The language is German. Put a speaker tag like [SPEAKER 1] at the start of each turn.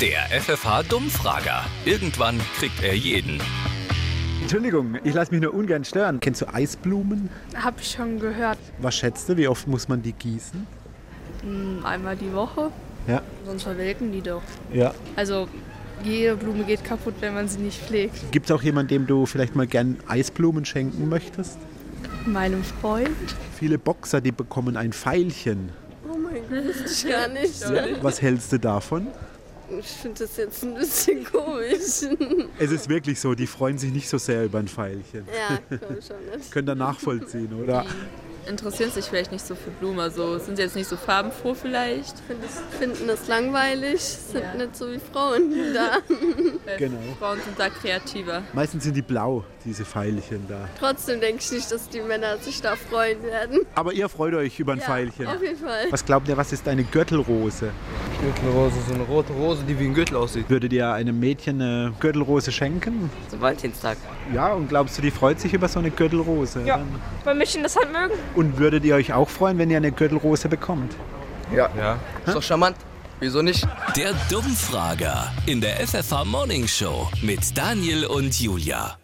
[SPEAKER 1] Der FFH-Dummfrager. Irgendwann kriegt er jeden.
[SPEAKER 2] Entschuldigung, ich lasse mich nur ungern stören.
[SPEAKER 3] Kennst du Eisblumen?
[SPEAKER 4] Habe ich schon gehört.
[SPEAKER 3] Was schätzt du, wie oft muss man die gießen?
[SPEAKER 4] Hm, Einmal die Woche,
[SPEAKER 3] Ja.
[SPEAKER 4] sonst verwelken die doch.
[SPEAKER 3] Ja.
[SPEAKER 4] Also jede Blume geht kaputt, wenn man sie nicht pflegt.
[SPEAKER 3] Gibt es auch jemanden, dem du vielleicht mal gern Eisblumen schenken möchtest?
[SPEAKER 4] Meinem Freund.
[SPEAKER 3] Viele Boxer, die bekommen ein Pfeilchen.
[SPEAKER 5] Gar nicht.
[SPEAKER 3] Was hältst du davon?
[SPEAKER 5] Ich finde das jetzt ein bisschen komisch.
[SPEAKER 3] Es ist wirklich so, die freuen sich nicht so sehr über ein Pfeilchen.
[SPEAKER 5] Ja, glaube schon. ne? Nicht.
[SPEAKER 3] Können da nachvollziehen, oder?
[SPEAKER 6] interessieren sich vielleicht nicht so für Blumen, also sind sie jetzt nicht so farbenfroh vielleicht.
[SPEAKER 5] Find das, finden das langweilig, sind nicht so wie Frauen da.
[SPEAKER 3] Genau.
[SPEAKER 6] Frauen sind da kreativer.
[SPEAKER 3] Meistens sind die blau, diese Pfeilchen da.
[SPEAKER 5] Trotzdem denke ich nicht, dass die Männer sich da freuen werden.
[SPEAKER 3] Aber ihr freut euch über ein Pfeilchen.
[SPEAKER 5] Auf jeden Fall.
[SPEAKER 3] Was glaubt ihr, was ist eine Gürtelrose?
[SPEAKER 7] Gürtelrose, so eine rote Rose, die wie ein Gürtel aussieht.
[SPEAKER 3] Würdet ihr einem Mädchen eine Gürtelrose schenken?
[SPEAKER 8] Zum Valentinstag.
[SPEAKER 3] Ja, und glaubst du, die freut sich über so eine Gürtelrose? Ja.
[SPEAKER 9] Weil Mädchen das halt mögen.
[SPEAKER 3] Und würdet ihr euch auch freuen, wenn ihr eine Gürtelrose bekommt?
[SPEAKER 7] Ja.
[SPEAKER 8] Ist doch charmant. Wieso nicht?
[SPEAKER 1] Der Dummfrager in der FFH Morning Show mit Daniel und Julia.